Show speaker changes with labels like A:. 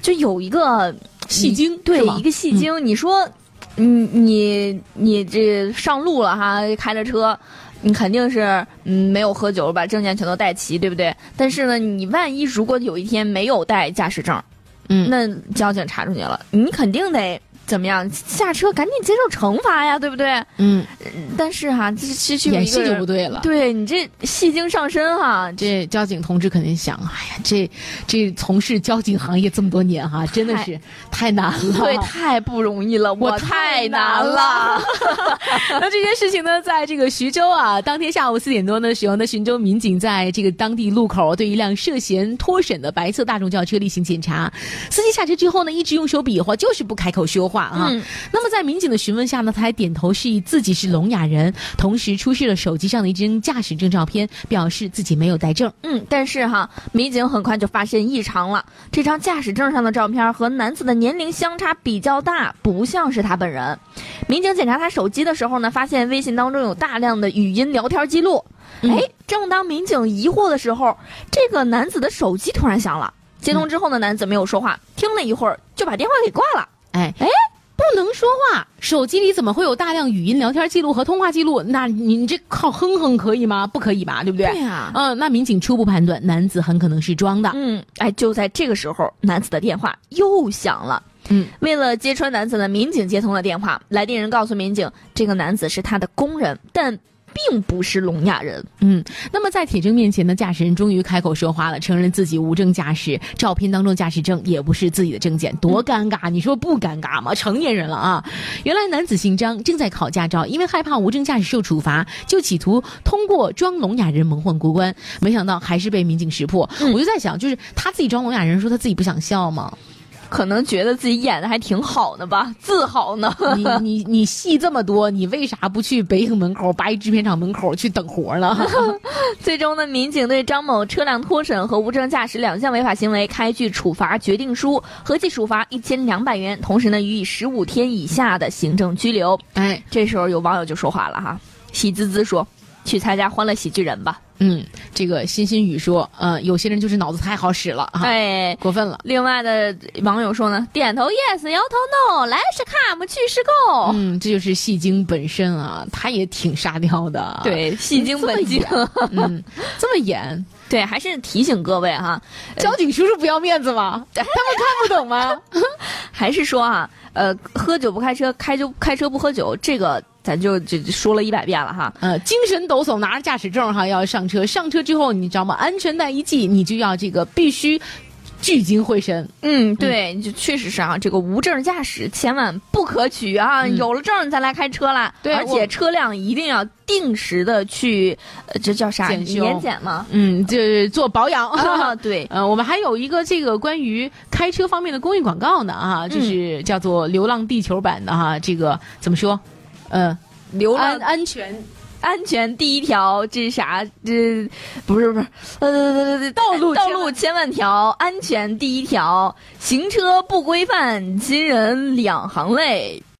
A: 就有一个
B: 戏精
A: 嗯对
B: 是嗯吗
A: 一个戏精，你说你你你这上路了哈，开着车。你肯定是嗯没有喝酒，把证件全都带齐，对不对？但是呢，你万一如果有一天没有带驾驶证，
B: 嗯
A: 那交警查出去了，你肯定得怎么样？下车赶紧接受惩罚呀，对不对？
B: 嗯，
A: 但是哈、这区区
B: 演戏就不
A: 对
B: 对了。
A: 对你这戏精上身哈、 这
B: 这交警同志肯定想，哎呀，这这从事交警行业这么多年哈、真的是太难了。
A: 对，太不容易了，
B: 我
A: 太
B: 太
A: 难
B: 难
A: 了
B: 了。 那这件事情呢，在这个徐州啊，当天下午四点多呢，使用的徐州民警在这个当地路口对一辆涉嫌脱审的白色大众轿车例行检查，司机下车之后呢，一直用手比划，就是不开口说话啊。
A: 嗯
B: 那么在民警的询问下呢，他还点头示意自己是聋哑人，同时出示了手机上的一张驾驶证照片，表示自己没有带证。
A: 嗯，但是哈，民警很快就发现异常了。这张驾驶证上的照片和男子的年龄相差比较大，不像是他本人。民警检查他手机的时候呢，发现微信当中有大量的语音聊天记录。哎、
B: 嗯
A: 正当民警疑惑的时候，这个男子的手机突然响了。接
B: 嗯
A: 通之后呢，男子没有说话，听了一会儿就把电话给挂了。
B: 哎
A: 哎，
B: 不能说话，手机里怎么会有大量语音聊天记录和通话记录？那你你这靠哼哼可以吗？不可以吧？对不对？
A: 呀、
B: 嗯、那民警初步判断，男子很可能是装的。
A: 嗯，哎，就在这个时候，男子的电话又响了。
B: 嗯，
A: 为了揭穿男子呢，民警接通了电话。来电人告诉民警，这个男子是他的工人，但并不是聋哑人。
B: 嗯，那么在铁证面前呢，驾驶人终于开口说话了，承认自己无证驾驶，照片当中驾驶证也不是自己的证件，多尴尬！你说不尴尬吗？成年人了啊！原来男子姓张，正在考驾照，因为害怕无证驾驶受处罚，就企图通过装聋哑人蒙混过关，没想到还是被民警识破。
A: 嗯
B: 我就在想，就是他自己装聋哑人，说他自己不想笑吗？
A: 可能觉得自己演的还挺好呢吧，自豪呢。
B: 你你你戏这么多，你为啥不去北影门口、八一制片厂门口去等活呢？
A: 最终呢，民警对张某车辆脱审和无证驾驶两项违法行为开具处罚决定书，合计处罚一千两百元，同时呢，予以十五天以下的行政拘留。
B: 哎，
A: 这时候有网友就说话了哈，喜滋滋说：“去参加《欢乐喜剧人》吧。”
B: 嗯，这个欣欣雨说，呃，有些人就是脑子太好使了啊，
A: 哎，
B: 过分了。
A: 另外的网友说呢，点头 yes，摇头 no，来是 come，去是 go。
B: 嗯，这就是戏精本身啊，他也挺沙雕的。，
A: 对，戏精本精。
B: 嗯，这么演，
A: 对，还是提醒各位哈，
B: 交警叔叔不要面子吗？他们看不懂吗？
A: 还是说啊，呃，喝酒不开车，开就开车不喝酒，这个咱就就就说了一百遍了哈。
B: 呃，精神抖擞，拿着驾驶证哈要上车，上车之后你知道吗？安全带一系，你就要这个必须聚精会神。
A: 嗯，对，就确实是啊，这个无证驾驶千万不可取啊！
B: 嗯
A: 有了证儿你再来开车啦，
B: 对
A: 而且
B: 我
A: 车辆一定要定时的去，呃，这叫啥？
B: 检修
A: 年检 吗？
B: 嗯，就是做保 养。
A: 啊，对，
B: 呃，我们还有一个这个关于开车方面的公益广告呢
A: 嗯
B: 啊，就是叫做《流浪地球》版的哈、这个怎么说？呃，
A: 流浪
B: 安安全
A: 安全第一条，这啥？这不是不是，呃，道
B: 路
A: 道
B: 千万
A: 路千万条，安全第一条，行车不规范，亲人两行泪。